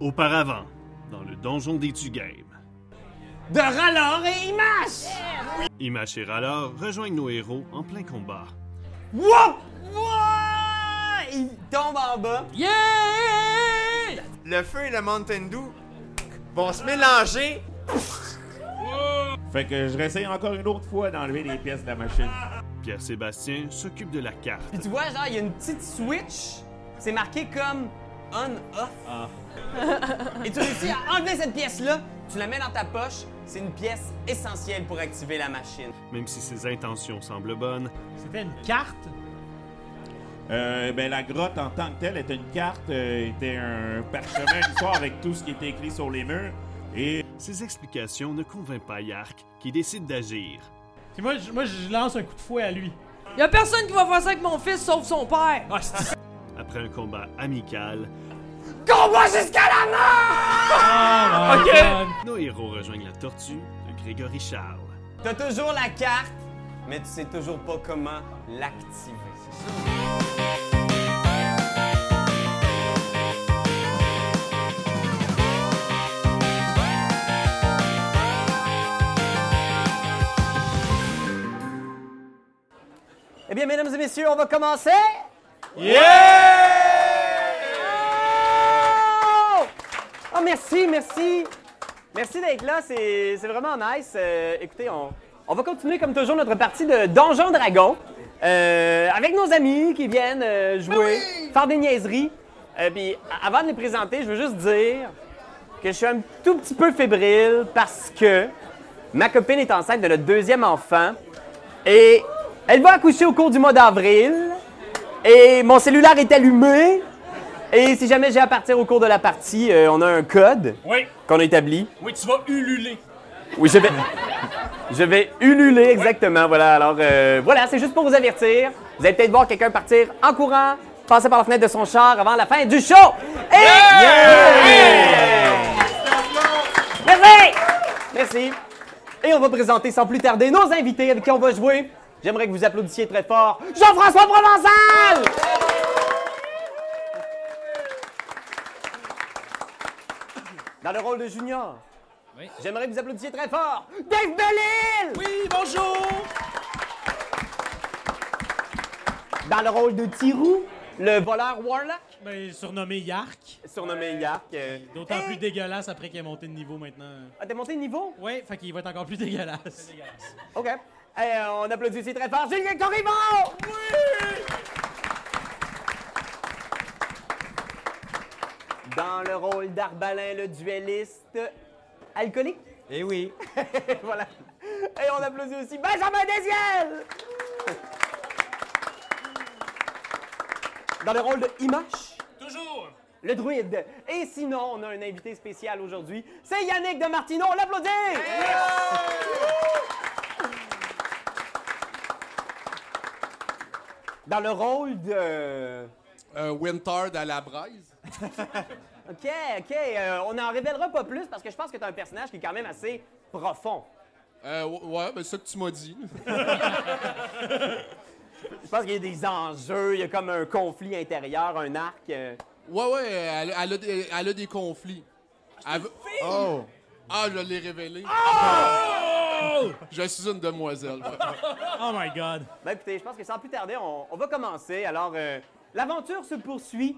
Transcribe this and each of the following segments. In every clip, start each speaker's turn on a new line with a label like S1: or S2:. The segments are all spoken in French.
S1: Auparavant, dans le donjon des Tugames,
S2: De Rallor et Imash!
S1: Imash et Rallor rejoignent nos héros en plein combat.
S2: Wouah! Wouah! Il tombe en bas.
S3: Yeah!
S4: Le feu et le Mountain Dew vont se mélanger.
S5: Fait que je réessaye encore une autre fois d'enlever les pièces de la machine.
S1: Pierre-Sébastien s'occupe de la carte.
S2: Puis tu vois, genre, il y a une petite switch. C'est marqué comme on-off. Et tu réussis à enlever cette pièce-là, tu la mets dans ta poche. C'est une pièce essentielle pour activer la machine.
S1: Même si ses intentions semblent bonnes,
S3: C'était une carte?
S5: Euh, ben, la grotte en tant que telle était une carte, euh, était un parchemin d'histoire avec tout ce qui était écrit sur les murs. Et
S1: ses explications ne convainquent pas Yark, qui décide d'agir.
S3: Puis moi, je- moi, je lance un coup de fouet à lui.
S6: Y a personne qui va faire ça avec mon fils sauf son père.
S3: Ah, c'est
S1: Après un combat amical,
S2: Combat jusqu'à la mort!
S3: Ah,
S6: Ok.
S1: nos héros rejoignent la tortue de Grégory Charles.
S2: T'as toujours la carte, mais tu sais toujours pas comment l'activer. Eh bien, mesdames et messieurs, on va commencer. Yeah! Oh, merci, merci. Merci d'être là, c'est c'est vraiment nice. Euh, écoutez, on, on va continuer comme toujours notre partie de Donjon Dragon euh, avec nos amis qui viennent euh, jouer, faire des niaiseries. Euh, Puis a- avant de les présenter, je veux juste dire que je suis un tout petit peu fébrile parce que ma copine est enceinte de notre deuxième enfant et elle va accoucher au cours du mois d'avril et mon cellulaire est allumé. Et si jamais j'ai à partir au cours de la partie, euh, on a un code
S3: Oui,
S2: qu'on a établi.
S3: oui, tu vas ululer.
S2: Oui, je vais. Je vais ululer, exactement. Voilà, alors euh, voilà, c'est juste pour vous avertir. Vous allez peut-être voir quelqu'un partir en courant, passer par la fenêtre de son char avant la fin du show. Et. Yeah! Merci! Merci. Et on va présenter sans plus tarder nos invités avec qui on va jouer. J'aimerais que vous applaudissiez très fort Jean-François Provençal! Dans le rôle de Junior. J'aimerais que vous applaudissiez très fort Dave Bellil!
S3: Oui, bonjour!
S2: Dans le rôle de Tirou, le voleur Warlock,
S3: Ben, surnommé Yark.
S2: surnommé Yark. euh,
S3: D'autant
S2: hey!
S3: plus dégueulasse après qu'il est monté de niveau maintenant.
S2: Ah, t'es monté de niveau?
S3: Ouais, fait qu'il va être encore plus dégueulasse.
S2: OK. Hey, euh, on applaudit ici très fort Julien Corriveau! Dans le rôle d'Arbalin, le duelliste alcoolique.
S4: Eh oui.
S2: voilà. Et on applaudit aussi Benjamin Desiel! Dans le rôle de Imash.
S3: Toujours!
S2: le druide. Et sinon, on a un invité spécial aujourd'hui. C'est Yannick de Martino. On l'applaudit! Dans le rôle de...
S7: Euh, Winterd à la braise.
S2: OK, OK. euh, on n'en révélera pas plus parce que je pense que tu un personnage qui est quand même assez profond.
S7: Euh, ou- ouais, ben ça que tu m'as dit.
S2: Je pense qu'il y a des enjeux, il y a comme un conflit intérieur, un arc. euh.
S7: Ouais, ouais, elle, elle a, des, elle a des conflits. Elle veut-
S4: Oh.
S7: Ah, je l'ai révélé. Je suis une demoiselle. ouais.
S3: Oh my god!
S2: Ben écoutez, je pense que sans plus tarder, on, on va commencer. Alors, euh, l'aventure se poursuit.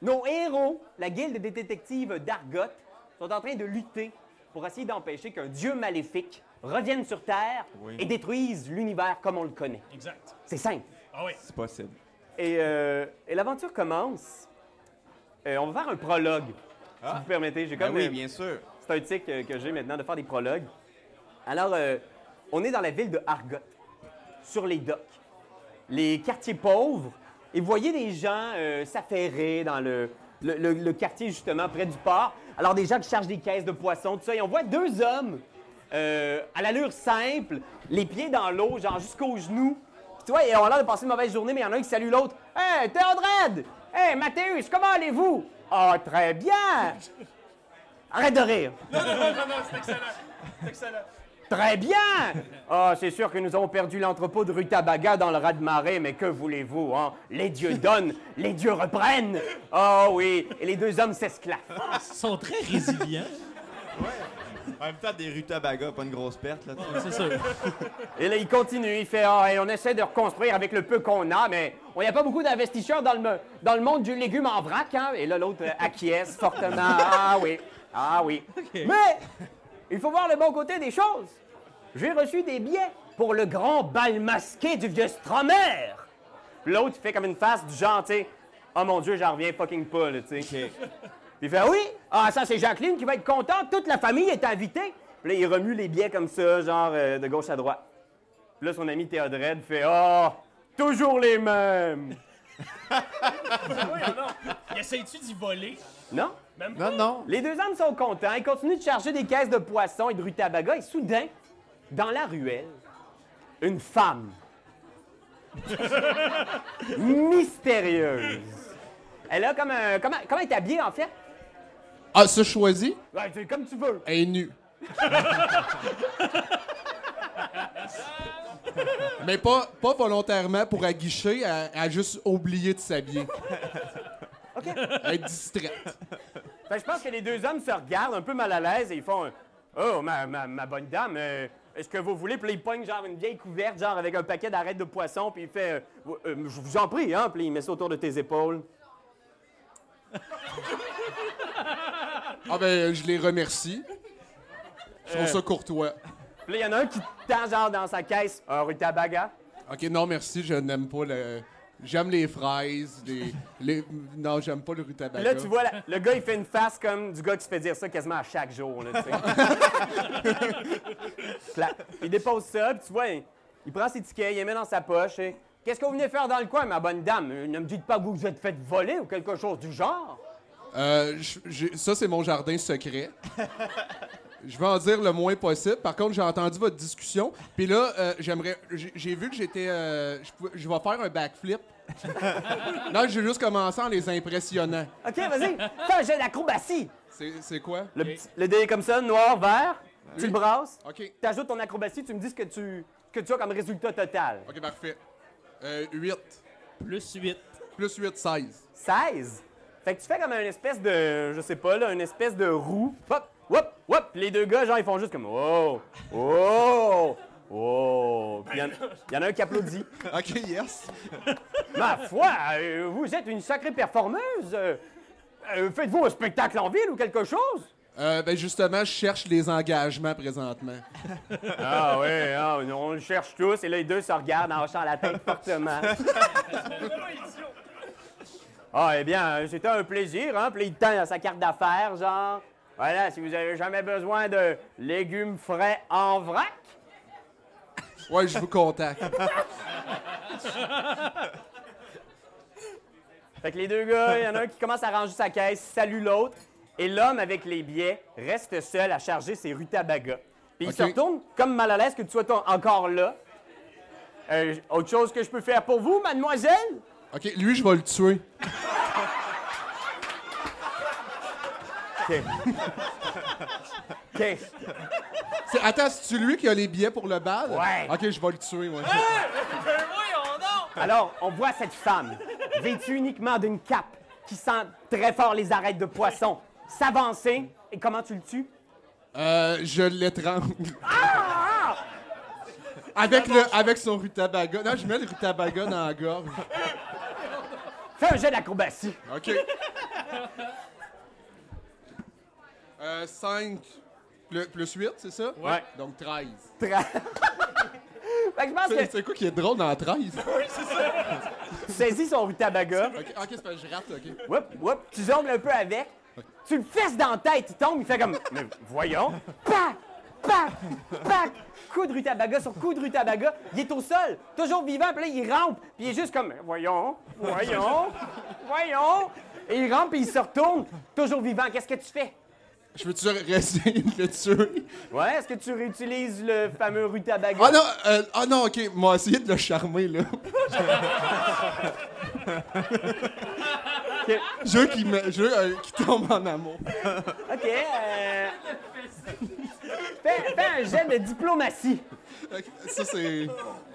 S2: Nos héros, la guilde des détectives d'Argot, sont en train de lutter pour essayer d'empêcher qu'un dieu maléfique revienne sur Terre et détruise l'univers comme on le connaît.
S3: Exact.
S2: C'est simple.
S3: Ah oui.
S4: C'est possible.
S2: Et, euh, et l'aventure commence. Euh, on va faire un prologue, si
S3: Ah.
S2: vous permettez. J'ai
S4: Ben
S2: comme
S4: oui,
S2: euh,
S4: bien sûr.
S2: c'est un tic euh, que j'ai maintenant de faire des prologues. Alors, euh, on est dans la ville de Argot, sur les docks, les quartiers pauvres, et vous voyez des gens euh, s'affairer dans le, le- le- le quartier justement près du port. Alors, des gens qui chargent des caisses de poissons, tout ça, et on voit deux hommes euh, à l'allure simple, les pieds dans l'eau, genre jusqu'aux genoux. Puis tu vois, ils ont l'air de passer une mauvaise journée, mais il y en a un qui salue l'autre. Hey, Théodrade! Hey, Mathéus, comment allez-vous? Ah, très bien! Arrête de rire!
S3: c'est excellent. C'est excellent.
S2: Très bien! Ah, c'est sûr que nous avons perdu l'entrepôt de Rutabaga dans le raz-de-marée, mais que voulez-vous, hein? Les dieux donnent, les dieux reprennent! Oh oui, et les deux hommes s'esclavent.
S3: Ils sont très résilients.
S4: En même temps, des rutabaga, pas une grosse perte, là. tu sais.
S3: C'est sûr.
S2: Et là, il continue, il fait Ah, et on essaie de reconstruire avec le peu qu'on a, mais on n'y a pas beaucoup d'investisseurs dans le, me- dans le monde du légume en vrac, hein? Et là, l'autre euh, acquiesce fortement. Ah oui, ah oui. Mais il faut voir le bon côté des choses. J'ai reçu des billets pour le grand bal masqué du vieux Stromer. Puis l'autre fait comme une face du genre, tu sais, Oh mon Dieu, j'en reviens fucking pas, là, tu sais. Puis il fait oui. Ah, ça, c'est Jacqueline qui va être contente. Toute la famille est invitée. Puis là, il remue les billets comme ça, genre euh, de gauche à droite. Puis là, son ami Théodred fait Ah, toujours les mêmes.
S8: Il Essayes-tu d'y voler?
S2: Non?
S4: Non, non.
S2: Les deux hommes sont contents. Ils continuent de charger des caisses de poissons et de rutabaga. Et soudain, dans la ruelle, une femme. mystérieuse. Elle a comme un. Comment, comment elle est habillée, en fait?
S7: Ah, ça choisi?
S2: Ouais, c'est comme tu veux.
S7: Elle est nue. Mais pas, pas volontairement pour aguicher, elle elle a juste oublié de s'habiller. Elle est distraite.
S2: Fait que Ben, je pense que les deux hommes se regardent un peu mal à l'aise et ils font un, Oh, ma, ma- ma bonne dame, euh, est-ce que vous voulez? Puis là, il pogne genre une vieille couverte, genre avec un paquet d'arêtes de poisson, puis il fait euh, Vous- euh, Je vous en prie, hein? Puis il met ça autour de tes épaules.
S7: Ah ben, je les remercie. Je trouve ça courtois.
S2: Puis là, il y en a un qui tend genre dans sa caisse euh, un rutabaga.
S7: Ok, non, merci, je n'aime pas le. J'aime les fraises, les. les- Non, j'aime pas le
S2: Puis
S7: rutabaga.
S2: là, tu vois, la- le gars, il fait une face comme du gars qui se fait dire ça quasiment à chaque jour. Là, tu sais. Clac. il dépose ça, puis tu vois, il, il prend ses tickets, il les met dans sa poche. et, Qu'est-ce que vous venez faire dans le coin, ma bonne dame? Euh, Ne me dites pas que vous vous êtes fait voler ou quelque chose du genre.
S7: Euh, je- j'ai- ça, c'est mon jardin secret. Je vais en dire le moins possible. Par contre, j'ai entendu votre discussion. Puis là, euh, j'aimerais. j'ai- J'ai vu que j'étais. euh, je pouvais- je vais faire un backflip. non, j'ai juste commencé en les impressionnant.
S2: OK, vas-y, fais un jet d'acrobatie.
S7: C'est c'est quoi?
S2: Le, petit- le dé est comme ça, noir, vert, tu le brasses,
S7: Ok.
S2: t'ajoutes ton acrobatie, tu me dis ce que tu, ce que tu as comme résultat total.
S7: Ok, parfait. Euh, 8.
S3: Plus 8.
S7: Plus 8, 16.
S2: 16. Fait que tu fais comme une espèce de, je sais pas là, une espèce de roue. Hop, hop, hop. Puis Les deux gars, genre, ils font juste comme oh, oh, oh. Puis il y, en- il y en a un qui applaudit.
S7: Ok, yes.
S2: Ma foi, euh, vous êtes une sacrée performeuse. Euh, euh, Faites-vous un spectacle en ville ou quelque chose?
S7: Euh, ben justement, je cherche les engagements présentement.
S2: Ah ouais, ah, on, on le cherche tous. Et là, les deux se regardent en hochant la tête fortement. ah, eh bien, euh, c'était un plaisir, hein? Puis là, il tend à sa carte d'affaires, genre... Voilà, si vous avez jamais besoin de légumes frais en vrac...
S7: Ouais, je vous contacte.
S2: Fait que les deux gars, il y en a un qui commence à ranger sa caisse, salue l'autre, et l'homme avec les billets reste seul à charger ses rutabaga. Puis il
S7: Ok.
S2: se retourne, comme mal à l'aise que tu sois ton- encore là. Euh, autre chose que je peux faire pour vous, mademoiselle?
S7: Ok, lui, je vais le tuer.
S2: OK.
S7: C'est- Attends, c'est-tu lui qui a les billets pour le bal?
S2: Ouais.
S7: Ok, je vais le tuer, moi.
S8: Ben voyons donc!
S2: Alors, on voit cette femme, vêtue uniquement d'une cape, qui sent très fort les arêtes de poisson, s'avancer. Et comment tu le tues?
S7: Euh, je l'étrangle.
S2: Ah!
S7: Avec, le, avec son rutabaga. Non, je mets le rutabaga dans la gorge.
S2: Fais un jet d'acrobatie.
S7: OK. Euh, 5 plus 8, c'est ça?
S2: Ouais.
S7: Donc 13.
S2: Tra- fait que je pense
S7: C'est
S2: que
S7: c'est quoi qui est drôle dans 13?
S2: tu saisis son rutabaga,
S7: OK, ok, c'est parce que je rate, OK.
S2: whoop, whoop, tu jongles un peu avec, tu le fesses dans la tête, il tombe, il fait comme... Mais voyons! Pac! Pac! Pac! Coup de rutabaga sur coup de rutabaga, il est au sol, toujours vivant, puis là, il rampe, puis il est juste comme... Voyons, voyons, voyons! Et il rampe, puis il se retourne, toujours vivant. Qu'est-ce que tu fais?
S7: Je veux-tu essayer de le tuer?
S2: Ouais, est-ce que tu réutilises le fameux rutabaga?
S7: Ah non, euh, ah non, OK, moi, essayer de le charmer, là. Je veux qu'il me- je veux, euh, qu'il tombe en amour.
S2: OK. euh, Fais, fais un jet de diplomatie.
S7: Ça, c'est.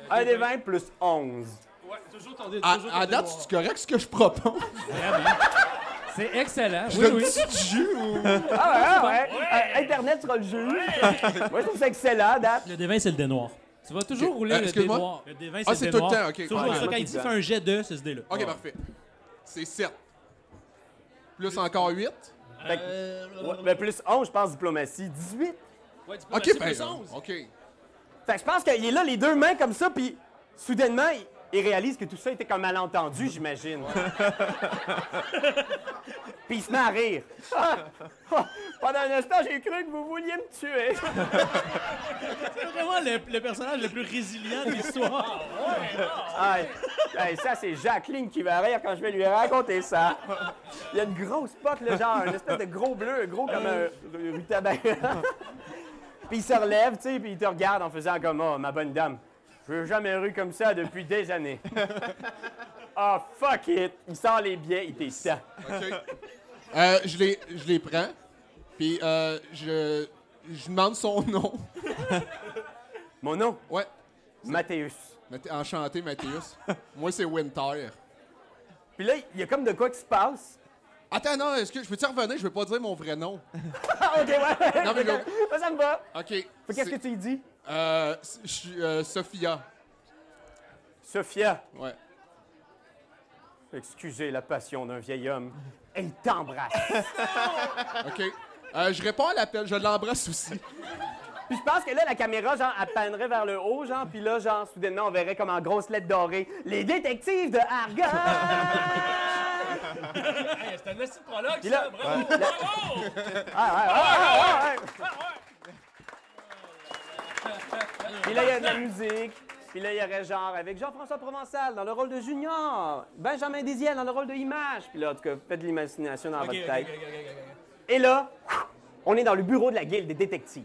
S2: Un des 20 plus 11.
S1: Ouais, toujours ton dé-
S7: À,
S1: toujours ton
S7: à
S1: dé
S7: date,
S1: noir.
S7: c'est correct ce que je propose.
S9: C'est excellent.
S7: Je
S9: Oui,
S7: donne
S9: oui.
S7: du jus ou.
S2: Ah ouais, ouais. Euh, Internet sera le jeu. Moi, je trouve ça excellent, à date.
S3: Le D20, c'est le dé noir.
S9: Tu vas toujours
S7: Ok.
S9: rouler
S7: Euh,
S9: le dé
S7: excuse-moi.
S9: noir.
S3: Le D20, c'est
S7: Ah,
S3: le
S7: c'est
S3: dé
S7: tout le
S3: noir.
S7: temps, ok.
S3: Toujours
S7: Ouais.
S3: ça, quand il dit fais un jet de, c'est ce dé-là.
S7: Ok, parfait. C'est 7. Plus encore 8.
S2: Fait que- Ouais, mais plus 11, je pense, diplomatie. 18.
S8: Ouais, tu peux
S7: Ok,
S8: passer
S7: ben,
S8: plus
S7: euh,
S8: 11.
S7: Ok.
S2: Fait que je pense qu'il est là, les deux mains comme ça, puis soudainement, il, il réalise que tout ça était comme malentendu, j'imagine. puis il se met à rire. Ah! Ah! Pendant un instant, j'ai cru que vous vouliez me tuer.
S7: Ah.
S3: C'est vraiment le, le personnage le plus résilient de l'histoire.
S2: Aïe. Hey, ça, c'est Jacqueline qui va rire quand je vais lui raconter ça. Il y a une grosse pote, là, genre, une espèce de gros bleu, gros comme un rutabaga. puis il se relève, tu sais, puis il te regarde en faisant comme Oh, ma bonne dame, je n'ai jamais ru comme ça depuis des années. Ah, fuck it! Il sort les billets, il t'étend.
S7: Ok. Euh, je, les, je les prends. Puis euh, je, je demande son nom.
S2: Mon nom,
S7: Ouais.
S2: Mathéus.
S7: Mathé- Enchanté, Mathéus. Moi, c'est Winter.
S2: Puis là, il y a comme de quoi qui se passe.
S7: Attends, non, est-ce que je peux-tu revenir? Je veux pas dire mon vrai nom.
S2: Ah, ok, ouais.
S7: Non, mais go.
S2: Ça, ça me va.
S7: Ok.
S2: Fait Qu'est-ce que tu lui dis?
S7: c'est- euh, c'est- Je suis euh, Sophia.
S2: Sophia.
S7: Ouais.
S2: Excusez la passion d'un vieil homme. Et il t'embrasse.
S7: Ok. Euh, je réponds à l'appel. Je l'embrasse aussi.
S2: Puis je pense que là, la caméra, genre, elle pannerait vers le haut, genre, puis là, genre, soudainement, on verrait comme en grosses lettres dorées les détectives de Argonne!
S8: Hey, c'est un assez de prologue,
S2: Puis là- Ah,
S8: ça. Bravo. Bravo.
S2: Puis là, il y a de la musique. Puis là, il y aurait genre avec Jean-François Provençal dans le rôle de Junior, Benjamin Désiel dans le rôle de Image. Puis là, en tout cas, faites de l'imagination dans votre tête. Et là, on est dans le bureau de la Guilde des détectives.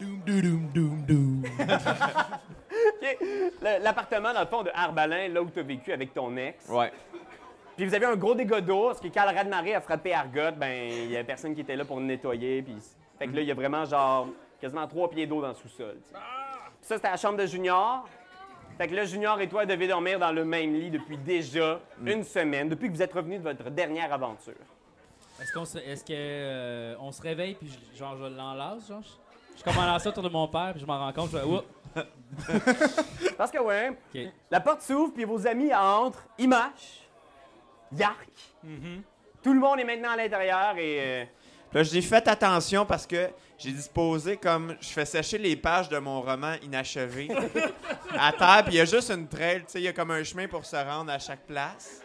S2: OK. Le- L'appartement, dans le fond, de Arbalin, là où tu as vécu avec ton ex.
S4: Ouais.
S2: Puis vous avez un gros dégât d'eau, parce que quand le raz de marée a frappé Argotte, ben il y a personne qui était là pour le nettoyer. Puis fait que là, il y a vraiment genre quasiment trois pieds d'eau dans le sous-sol. tu sais. Puis Ça, c'était la chambre de Junior. Fait que là, Junior et toi devez dormir dans le même lit depuis déjà une semaine, depuis que vous êtes revenu de votre dernière aventure.
S9: Est-ce qu'on se, est-ce que, euh, on se réveille puis je- genre je l'enlace, genre? Je, je commence à lancer autour de mon père puis je m'en rends compte, je fais Oups!
S2: Parce que ouais,
S9: Ok.
S2: la porte s'ouvre puis vos amis entrent, Imash, Yark. Tout le monde est maintenant à l'intérieur et euh,
S4: Là, j'ai fait attention parce que j'ai disposé comme je fais sécher les pages de mon roman inachevé à terre, puis il y a juste une trail, tu sais, il y a comme un chemin pour se rendre à chaque place.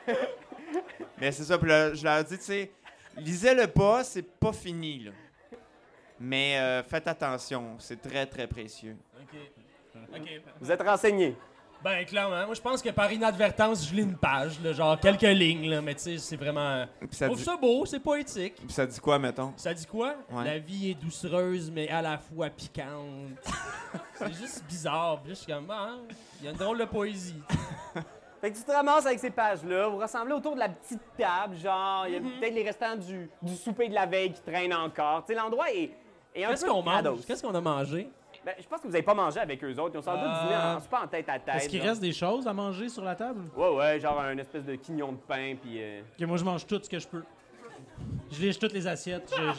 S4: Mais c'est ça, puis là, je leur dis, tu sais, lisez-le pas, c'est pas fini, là. Mais euh, faites attention, c'est très très précieux.
S8: OK. OK.
S2: vous êtes renseignés.
S8: Ben, clairement. Moi, je pense que par inadvertance, je lis une page, là, genre quelques lignes, là, mais tu sais, c'est vraiment.
S4: Puis
S8: Je
S4: ça,
S8: trouve
S4: dit,
S8: ça beau, c'est poétique.
S4: puis ça dit quoi, mettons?
S8: Ça dit quoi?
S4: Ouais.
S8: La vie est doucereuse, mais à la fois piquante. c'est juste bizarre. Puis là, je suis comme, ah, il y a une drôle de poésie.
S2: Fait que tu te ramasses avec ces pages-là, vous rassemblez autour de la petite table, genre, il y a
S8: Mhm.
S2: peut-être les restants du, du souper de la veille qui traînent encore. Tu sais, l'endroit est, est un
S8: Qu'est-ce
S2: peu
S8: qu'on mange?
S2: grados.
S8: Qu'est-ce qu'on a mangé?
S2: Ben, je pense que vous n'avez pas mangé avec eux autres, ils ont sans doute
S8: Euh,
S2: dîné en pas en tête à tête.
S9: Est-ce qu'il
S2: genre.
S9: reste des choses à manger sur la table?
S2: Ouais, ouais, genre un espèce de quignon de pain, puis... euh,
S9: Ok, moi je mange tout ce que je peux. Je lèche toutes les assiettes, je, je- je-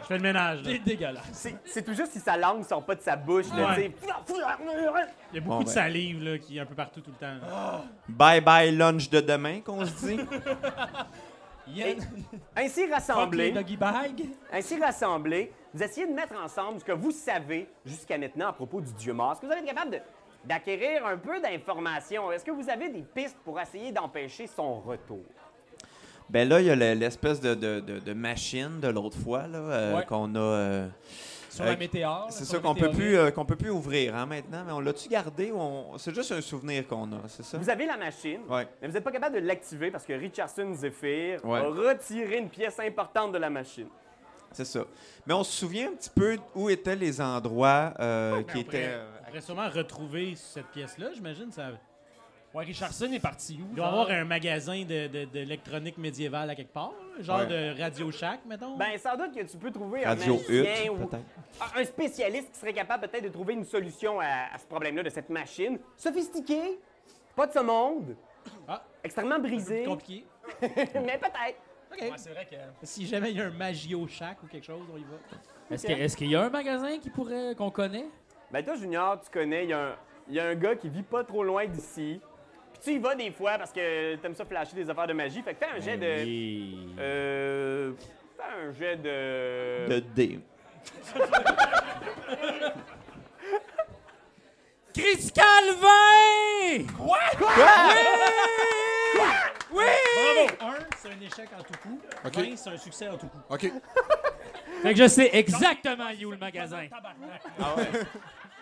S9: je fais le ménage. là.
S8: C'est dégueulasse.
S2: C'est c'est tout juste si sa langue sort pas de sa bouche, là,
S9: Ouais.
S2: tu sais.
S9: Il y a beaucoup
S4: Bon,
S9: de
S4: ben.
S9: salive là, qui est un peu partout tout le temps. là.
S4: Bye bye lunch de demain, qu'on se dit?
S8: Il y a une
S2: Ainsi
S8: les
S2: rassemblés,
S8: doggy bag.
S2: ainsi rassemblés, vous essayez de mettre ensemble ce que vous savez jusqu'à maintenant à propos du dieu mort. Est-ce que vous avez été capable de- d'acquérir un peu d'informations? Est-ce que vous avez des pistes pour essayer d'empêcher son retour?
S4: Ben là, il y a le- l'espèce de, de- de- de machine de l'autre fois, là, euh,
S8: Ouais.
S4: qu'on a... euh,
S8: Sur
S4: Euh,
S8: la
S3: Ah,
S8: météore. là,
S4: C'est ça
S8: sur la
S4: qu'on peut
S8: météorite.
S4: plus euh, qu'on peut plus ouvrir hein, maintenant, mais on l'a-tu gardé ou on... c'est juste un souvenir qu'on a, c'est ça
S2: Vous avez la machine,
S4: Ouais.
S2: mais vous n'êtes pas capable de l'activer parce que Richardson Zephyr
S4: Ouais.
S2: a retiré une pièce importante de la machine.
S4: C'est ça. Mais on se souvient un petit peu où étaient les endroits euh, qui
S9: On
S4: étaient
S3: Euh,
S9: pourrait- On pourrait sûrement retrouver cette pièce-là, j'imagine. Ça...
S8: Ouais, Richardson est parti où?
S3: Il doit y
S8: genre?
S3: avoir un magasin de- de- d'électronique médiévale à quelque part, là, genre
S4: Ouais.
S3: de Radio Shack, mettons.
S2: Ben, sans doute que tu peux trouver un
S4: Radio
S2: magicien
S4: Hut,
S2: ou
S4: peut-être.
S2: un- un spécialiste qui serait capable peut-être de trouver une solution à, à ce problème-là de cette machine. Sophistiquée, pas de ce monde,
S3: Ah.
S2: extrêmement brisée,
S3: compliqué.
S2: mais peut-être.
S3: Ouais, c'est vrai que si jamais il y a un Magio Shack ou quelque chose, on y va.
S9: Est-ce que- est-ce qu'il y a un magasin qui pourrait qu'on connaît?
S2: Ben toi, Junior, tu connais, il y, a un- il y a un gars qui vit pas trop loin d'ici. Puis tu y vas des fois parce que t'aimes ça flasher des affaires de magie. Fait que fais un jet de...
S5: Et-
S2: Euh... Fais un jet de...
S4: De D.
S9: Chris Calvin!
S3: Un, c'est un échec en tout coup.
S7: Ok.
S3: Vingt, c'est un succès en tout coup.
S7: OK.
S9: Fait que je sais exactement il est où le magasin.
S3: Tabarnak.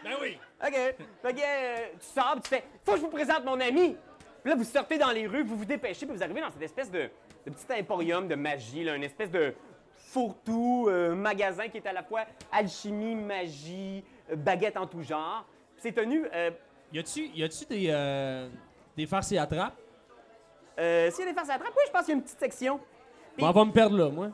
S9: Ben oui!
S2: OK. Fait que euh, tu sors, puis tu fais Faut que je vous présente mon ami. Puis là, vous sortez dans les rues, vous vous dépêchez, puis vous arrivez dans cette espèce de, de petit emporium de magie, là, une espèce de fourre-tout euh, magasin qui est à la fois alchimie, magie, euh, baguette en tout genre. Puis C'est tenu. Euh,
S8: Y a-tu y a-tu des, euh, des farces et attrapes?
S2: euh, S'il y a des farces à attraper, oui, je pense qu'il y a une petite section.
S8: Bon, on va me perdre là, moi.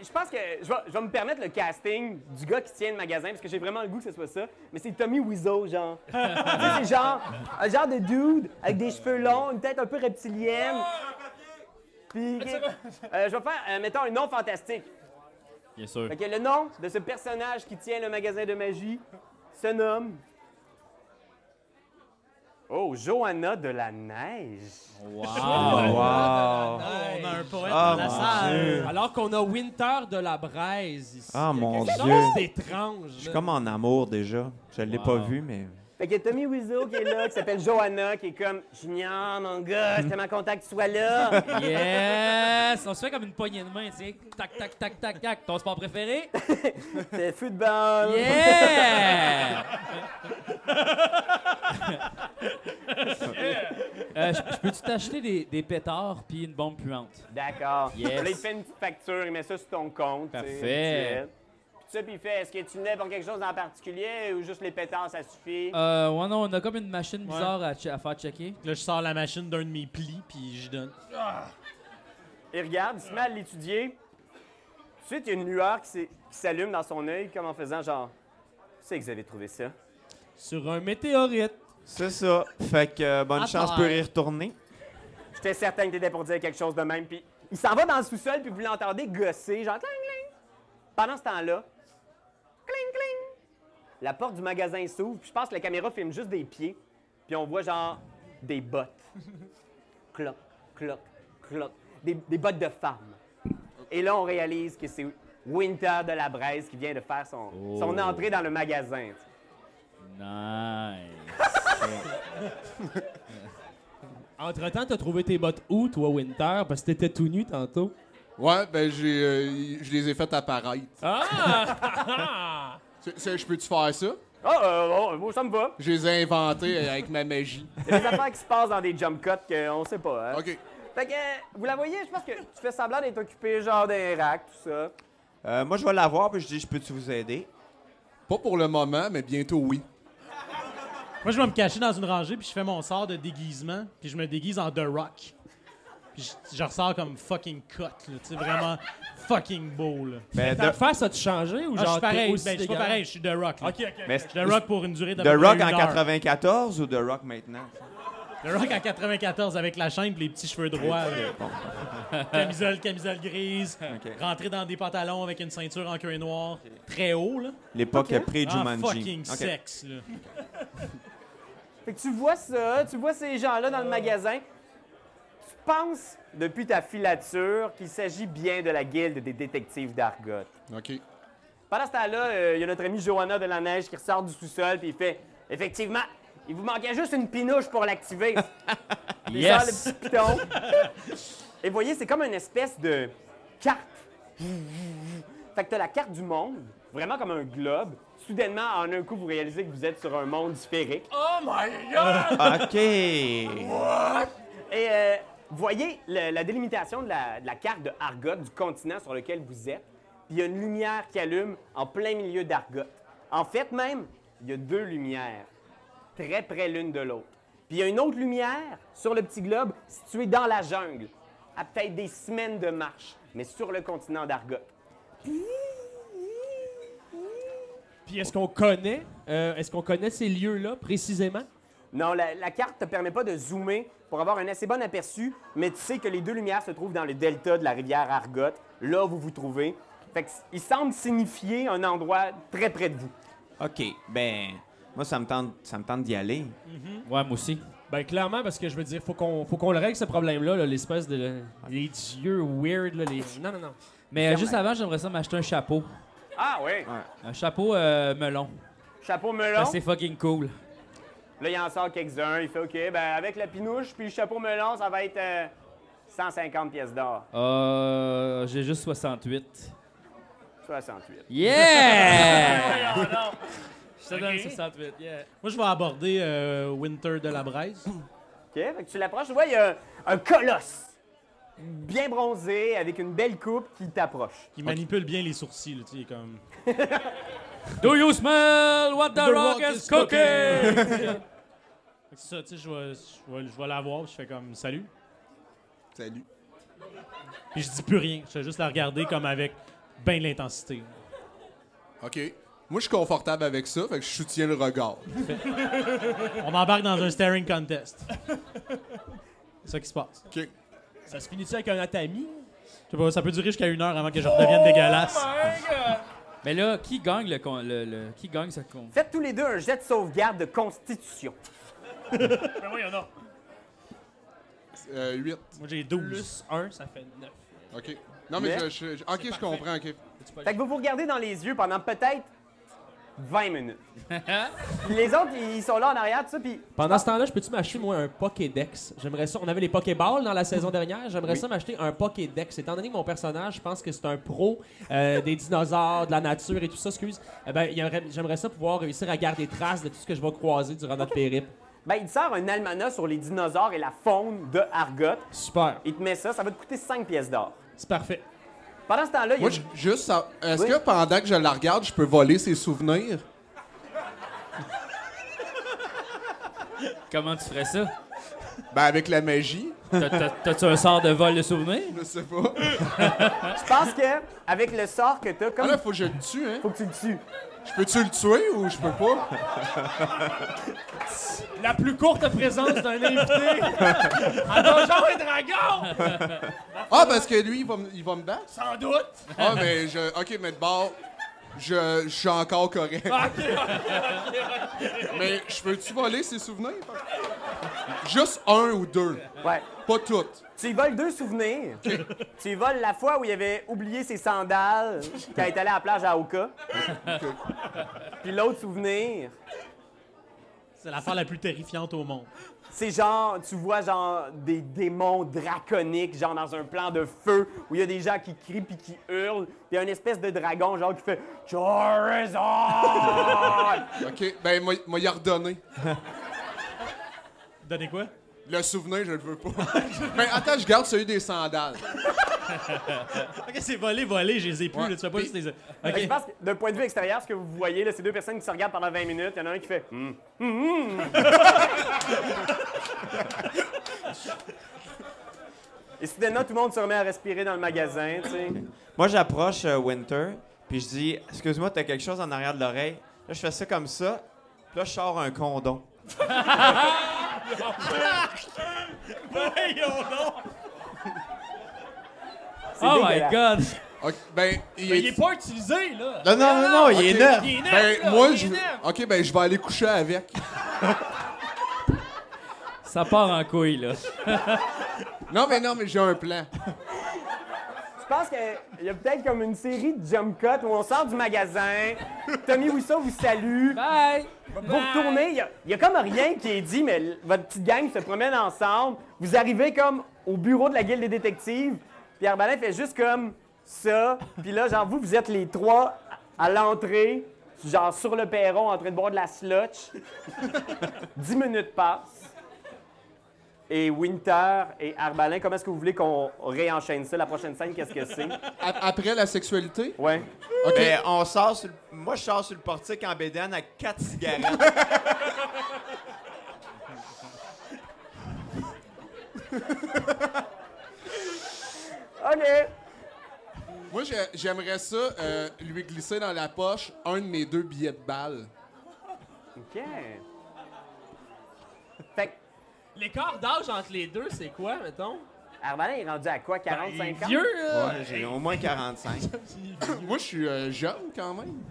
S2: Je pense que je vais, je vais me permettre le casting du gars qui tient le magasin parce que j'ai vraiment le goût que ce soit ça. Mais c'est Tommy Wiseau, genre. Tu sais, c'est genre un genre de dude avec des cheveux longs, une tête un peu reptilienne. Puis euh, je vais faire, euh, mettons, un nom fantastique.
S9: Bien sûr.
S2: Fait que le nom de ce personnage qui tient le magasin de magie se nomme. Oh, Johanna de la Neige.
S3: Ah,
S9: Oh,
S4: Wow.
S3: on a un poète dans
S4: Ah,
S3: la
S4: mon
S3: salle.
S4: Dieu.
S8: Alors qu'on a Winter de la Braise ici.
S4: Ah, mon
S8: Quelque
S4: Dieu.
S8: chose d'étrange.
S4: Je suis comme en amour déjà. Je l'ai pas
S9: Wow.
S4: vu, mais.
S2: Fait que Tommy Wiseau qui est là, qui s'appelle Johanna, qui est comme Junior, mon gars, j'étais tellement content que tu sois là.
S9: Yes! On se fait comme une poignée de main, tu sais. Tac, tac, tac, tac, tac. Ton sport préféré?
S2: C'est football.
S9: Yeah! Euh, je- je Peux-tu t'acheter des, des pétards puis une bombe puante?
S2: D'accord.
S9: Yes.
S2: Là, il te fait une petite facture, il met ça sur ton compte. tu sais,
S9: Parfait.
S2: habituel. Puis ça, puis il fait est-ce que tu venais pour quelque chose en particulier ou juste les pétards, ça suffit
S9: Euh, ouais, non, on a comme une machine bizarre à, che- à faire checker.
S3: Là, je sors la machine d'un de mes plis, puis je donne.
S2: Il regarde, il se met à l'étudier. Ensuite, il y a une lueur qui s'est- qui s'allume dans son œil, comme en faisant genre. C'est que vous avez trouvé ça.
S8: Sur un météorite.
S4: C'est ça. Fait que euh, bonne
S8: Ah,
S4: chance
S8: bah.
S4: pour y retourner.
S2: J'étais certain que t'étais pour dire quelque chose de même. Puis il s'en va dans le sous-sol, puis vous l'entendez gosser, genre cling, cling. Pendant ce temps-là, cling, cling. La porte du magasin s'ouvre, puis je pense que la caméra filme juste des pieds, puis on voit genre des bottes. cloc, cloc, cloc. Des, des bottes de femmes. Et là, on réalise que c'est Winter de la Braise qui vient de faire son, son entrée dans le magasin.
S9: Nice.
S8: Entre-temps, t'as trouvé tes bottes où, toi, Winter? Parce que t'étais tout nu tantôt.
S7: Ouais, ben j'ai, euh, je les ai faites apparaître.
S8: Ah!
S7: C'est- c'est- Je peux-tu faire ça?
S2: Oh, oh, oh, ça me va.
S7: Je les ai inventées euh, avec ma magie.
S2: Il y a des affaires qui se passent dans des jump cuts qu'on sait pas. Hein?
S7: OK.
S2: Fait que, euh, vous la voyez, je pense que tu fais semblant d'être occupé, genre d'un rack, tout ça.
S4: Euh, moi, je vais la voir, puis je dis, je peux-tu vous aider?
S7: Pas pour le moment, mais bientôt oui.
S3: Moi, je vais me cacher dans une rangée, puis je fais mon sort de déguisement, puis je me déguise en The Rock. Puis je, je ressors comme fucking cut, là, tu sais, vraiment fucking beau, là.
S4: Ben,
S8: Ta
S4: de-
S8: face a-tu changé ou
S3: Ah, je
S8: genre
S3: suis pareil,
S8: t'es
S3: ben,
S8: aussi
S3: je suis pas
S8: dégueulasse?
S3: pareil, je suis The Rock. là.
S4: mais-
S3: Je suis The Rock pour une durée de
S4: The Rock en 94 ou The Rock maintenant?
S3: The Rock en 94 avec la chaîne pis les petits cheveux droits. là. camisole, camisole grise.
S4: Ok.
S3: Rentrer dans des pantalons avec une ceinture en cuir noir. Très haut, là.
S4: L'époque
S3: En
S4: pré-Jumanji.
S3: Ah, fucking
S4: Ok.
S3: sexe, là.
S2: Fait que tu vois ça, tu vois ces gens-là dans le magasin. Tu penses, depuis ta filature, qu'il s'agit bien de la guilde des détectives d'Argot.
S7: OK.
S2: Pendant ce temps-là, euh, il y a notre amie Johanna de la Neige qui ressort du sous-sol, puis il fait Effectivement, il vous manquait juste une pinouche pour l'activer. Il sort le
S9: Yes!
S2: petit piton. Et voyez, c'est comme une espèce de carte. Fait que t'as la carte du monde, vraiment comme un globe. Soudainement, en un coup, vous réalisez que vous êtes sur un monde sphérique.
S4: OK.
S2: Et euh, voyez le- la délimitation de la, de la carte de Argot, du continent sur lequel vous êtes. Puis il y a une lumière qui allume en plein milieu d'Argot. En fait, même, il y a deux lumières, très près l'une de l'autre. Puis il y a une autre lumière sur le petit globe située dans la jungle, à peut-être des semaines de marche, mais sur le continent d'Argot.
S8: Puis est-ce qu'on connaît, euh, est-ce qu'on connaît ces lieux-là précisément?
S2: Non, la, la carte te permet pas de zoomer pour avoir un assez bon aperçu, mais tu sais que les deux lumières se trouvent dans le delta de la rivière Argot. Là, vous vous trouvez. Fait que, il semble signifier un endroit très près de vous.
S4: OK, ben, moi, ça me tente, ça me tente d'y aller.
S9: Ouais, moi aussi.
S8: Ben clairement, parce que je veux dire, faut qu'on faut qu'on le règle ce problème-là, là, l'espèce de. les yeux weird, là, les. Ah, Non, non, non.
S9: Mais euh, juste avant, j'aimerais ça m'acheter un chapeau.
S2: Ah oui!
S9: Un chapeau euh, melon.
S2: Chapeau melon.
S9: Parce que c'est fucking cool.
S2: Là, il en sort quelques-uns. Il fait OK, ben avec la pinouche puis le chapeau melon, ça va être euh, 150 pièces d'or.
S3: Ah.
S9: Euh, j'ai juste 68.
S2: 68.
S9: Yeah! Je te
S3: Ok.
S9: donne 68, yeah.
S3: Moi, je vais aborder euh, Winter de la Braise.
S2: OK, fait que tu l'approches, tu vois, il y a un, un colosse bien bronzé avec une belle coupe qui t'approche.
S3: Il manipule bien les sourcils, là, tu sais, il est comme...
S9: Do you smell what the, rock, is cooking?
S3: Fait que C'est ça, tu sais, je vais, je vais, je vais la voir, puis je fais comme salut.
S7: Salut.
S3: Puis je dis plus rien, je fais juste la regarder comme avec ben de l'intensité.
S7: OK. Moi, je suis confortable avec ça, fait que je soutiens le regard.
S3: On embarque dans un staring contest. C'est ça qui se passe.
S7: OK.
S8: Ça se finit-tu avec un atami?
S3: Je sais pas, ça peut durer jusqu'à une heure avant que je redevienne dégueulasse.
S8: Oh
S9: Mais là, qui gagne le, con- le, le- qui gagne ce con?
S2: Faites tous les deux un jet de sauvegarde de constitution.
S7: Euh, 8.
S3: Moi, j'ai 12.
S8: Plus un, ça fait neuf.
S7: OK. Non, mais,
S2: Mais-
S7: je, je- OK, je comprends. OK.
S2: Fait que vous vous regardez dans les yeux pendant peut-être 20 minutes. Puis les autres, ils sont là en arrière, tout ça, puis
S8: Pendant ce temps-là, je peux-tu m'acheter, moi, un Pokédex? J'aimerais ça. On avait les Pokéballs dans la saison dernière. J'aimerais ça m'acheter un Pokédex. Étant donné que mon personnage, je pense que c'est un pro euh, des dinosaures, de la nature et tout ça, excuse. eh ben, il y aurait- j'aimerais ça pouvoir réussir à garder trace de tout ce que je vais croiser durant notre périple.
S2: ben, il te sort un almanach sur les dinosaures et la faune de Argot.
S8: Super.
S2: Il te met ça, ça va te coûter 5 pièces d'or.
S3: C'est parfait.
S2: Pendant ce temps-là, il y a
S7: Moi, je- juste, ça- est-ce
S2: Oui.
S7: que pendant que je la regarde, je peux voler ses souvenirs?
S9: Comment tu ferais ça?
S7: Ben, avec la magie,
S9: T'as- t'as- T'as-tu un sort de vol de souvenirs?
S7: je sais pas.
S2: Je pense que avec le sort que t'as,
S7: Ah
S2: comme
S7: là, faut que je le tue, hein?
S2: faut que tu le tues.
S7: Je peux-tu le tuer ou je peux pas?
S8: La plus courte présence d'un invité à Donjons et Dragons!
S7: Ah, parce que lui, il va, me- il va me battre?
S8: Sans doute!
S7: Ah, mais je... OK, mais de bord, je, je suis encore correct. Mais je peux-tu voler ses souvenirs? Juste un ou deux,
S2: Ouais.
S7: pas toutes.
S2: Tu y voles deux souvenirs. tu y voles la fois où il avait oublié ses sandales quand il est allé à la plage à Oka. Puis l'autre souvenir,
S3: C'est l'affaire la plus terrifiante au monde.
S2: c'est genre, tu vois genre des démons draconiques, genre dans un plan de feu où il y a des gens qui crient puis qui hurlent. Puis il y a une espèce de dragon genre qui fait Charizard!
S7: OK, ben, moi, moi, il a redonné.
S3: Donnez quoi?
S7: Le souvenir, je le veux pas. Mais attends, je garde celui des sandales.
S3: Ok, c'est volé, volé, je les ai plus.
S7: Ouais.
S3: là, tu fais pas
S7: Puis-
S3: juste les...
S2: Fait que Je
S3: Ok.
S2: pense que d'un point de vue extérieur, ce que vous voyez, là, c'est deux personnes qui se regardent pendant 20 minutes. Il y en a un qui fait Hmm. Hmm, hmm. Et soudainement, tout le monde se remet à respirer dans le magasin. tu sais.
S4: Moi, j'approche euh, Winter, puis je dis Excuse-moi, t'as quelque chose en arrière de l'oreille. Là, je fais ça comme ça, puis là, je sors un condom.
S9: Oh my
S2: dégueulasse.
S9: god!
S7: OK, ben, il
S8: Mais
S7: est...
S8: il est pas utilisé, là!
S4: Non, non, non, non, il est neuf.
S8: Il est neuf,
S7: Ben,
S8: là,
S7: moi,
S8: il est
S7: je...
S8: neuf.
S7: OK, ben, je vais aller coucher avec.
S9: Ça part en couille, là.
S7: Non, mais non, mais j'ai un plan.
S2: Je pense qu'il y a peut-être comme une série de jump cuts où on sort du magasin. Tommy Wiseau vous salue.
S9: Bye!
S2: Vous retournez, il y a- il y, a comme rien qui est dit, mais l- votre petite gang se promène ensemble. Vous arrivez comme au bureau de la guilde des détectives. Pierre Balin fait juste comme ça. Puis là, genre, vous, vous êtes les trois à à l'entrée, genre sur le perron, en train de boire de la slotch. Dix minutes passent. Et Winter et Arbalin, comment est-ce que vous voulez qu'on réenchaîne ça? La prochaine scène, qu'est-ce que c'est?
S7: A- après la sexualité?
S2: Ouais.
S7: OK.
S4: Ben, on sort sur le... Moi, je sors sur le portique en bédane à quatre cigarettes.
S2: OK.
S7: Moi, j'ai- j'aimerais ça euh, lui glisser dans la poche un de mes deux billets de balle.
S2: OK. Fait que
S8: L'écart d'âge entre les deux, c'est quoi, mettons?
S2: Arvalin est rendu à quoi? 45 ans?
S8: Vieux, là!
S4: Ouais, j'ai au moins 45.
S7: Moi, je suis euh, jeune quand même.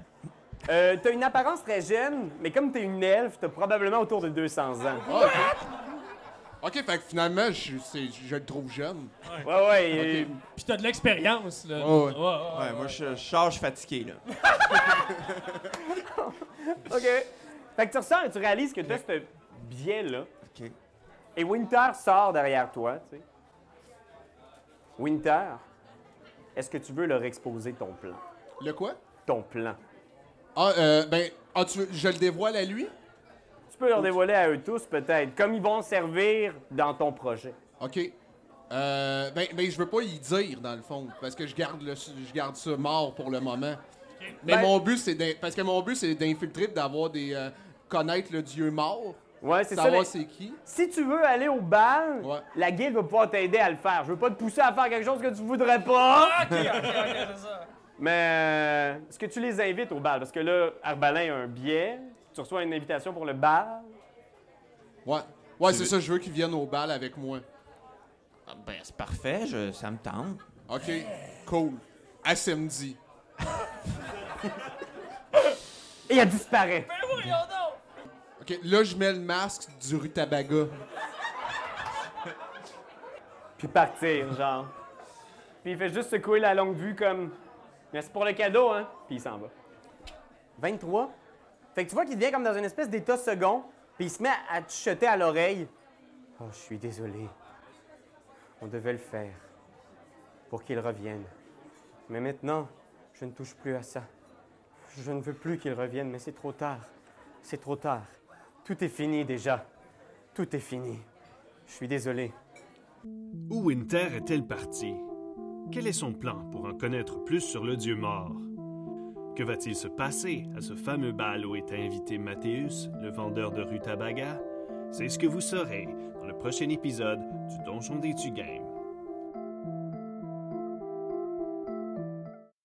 S2: Euh, t'as une apparence très jeune, mais comme t'es une elfe, t'as probablement autour de 200 ans.
S7: Ah, ok. ok, fait que finalement, je, c'est- je le trouve jeune.
S2: Ouais, ouais. euh,
S8: Pis t'as de l'expérience, là.
S7: Ah ouais.
S4: Ouais, moi, je, je charge fatigué, là.
S2: euh, OK. Fait que tu ressors et tu réalises que t'as ce biais-là.
S4: OK.
S2: Et Winter sort derrière toi, tu sais. Winter, est-ce que tu veux leur exposer ton plan?
S7: Le quoi?
S2: Ton plan.
S7: Ah, euh, ben, ah, tu veux- je le dévoile à lui?
S2: Tu peux leur dévoiler à eux tous, peut-être, comme ils vont servir dans ton projet.
S7: Ok. Euh, ben, ben, je veux pas y dire, dans le fond, parce que je garde, le, je garde ça mort pour le moment. Mais
S2: Ben-
S7: mon but, c'est d'in- parce que mon but, c'est d'infiltrer, d'avoir des... euh, connaître le dieu mort,
S2: Ouais, c'est ça.
S7: savoir
S2: mais
S7: c'est qui.
S2: Si tu veux aller au bal,
S7: Ouais.
S2: la guilde va pouvoir t'aider à le faire. Je veux pas te pousser à faire quelque chose que tu voudrais pas. Mais euh, est-ce que tu les invites au bal? Parce que là, Arbalin a un billet. Tu reçois une invitation pour le bal.
S7: Ouais. Ouais, c'est ça, je veux qu'il vienne au bal avec moi.
S4: Ah, Ben, c'est parfait, je- ça me tente.
S7: OK, cool. À samedi.
S2: Et elle disparaît.
S7: OK, là, je mets le masque du Rutabaga.
S2: Puis partir, genre. Puis il fait juste secouer la longue vue comme Merci pour le cadeau, hein? Puis il s'en va. 23. Fait que tu vois qu'il devient comme dans une espèce d'état second, puis il se met à te chuchoter à l'oreille. Oh, je suis désolé. On devait le faire pour qu'il revienne. Mais maintenant, je ne touche plus à ça. Je ne veux plus qu'il revienne, mais c'est trop tard. C'est trop tard. Tout est fini déjà. Tout est fini. Je suis désolé.
S1: Où Winter est-elle partie? Quel est son plan pour en connaître plus sur le dieu mort? Que va-t-il se passer à ce fameux bal où est invité Mathéus, le vendeur de Rutabaga? C'est ce que vous saurez dans le prochain épisode du Donjon des Tugames.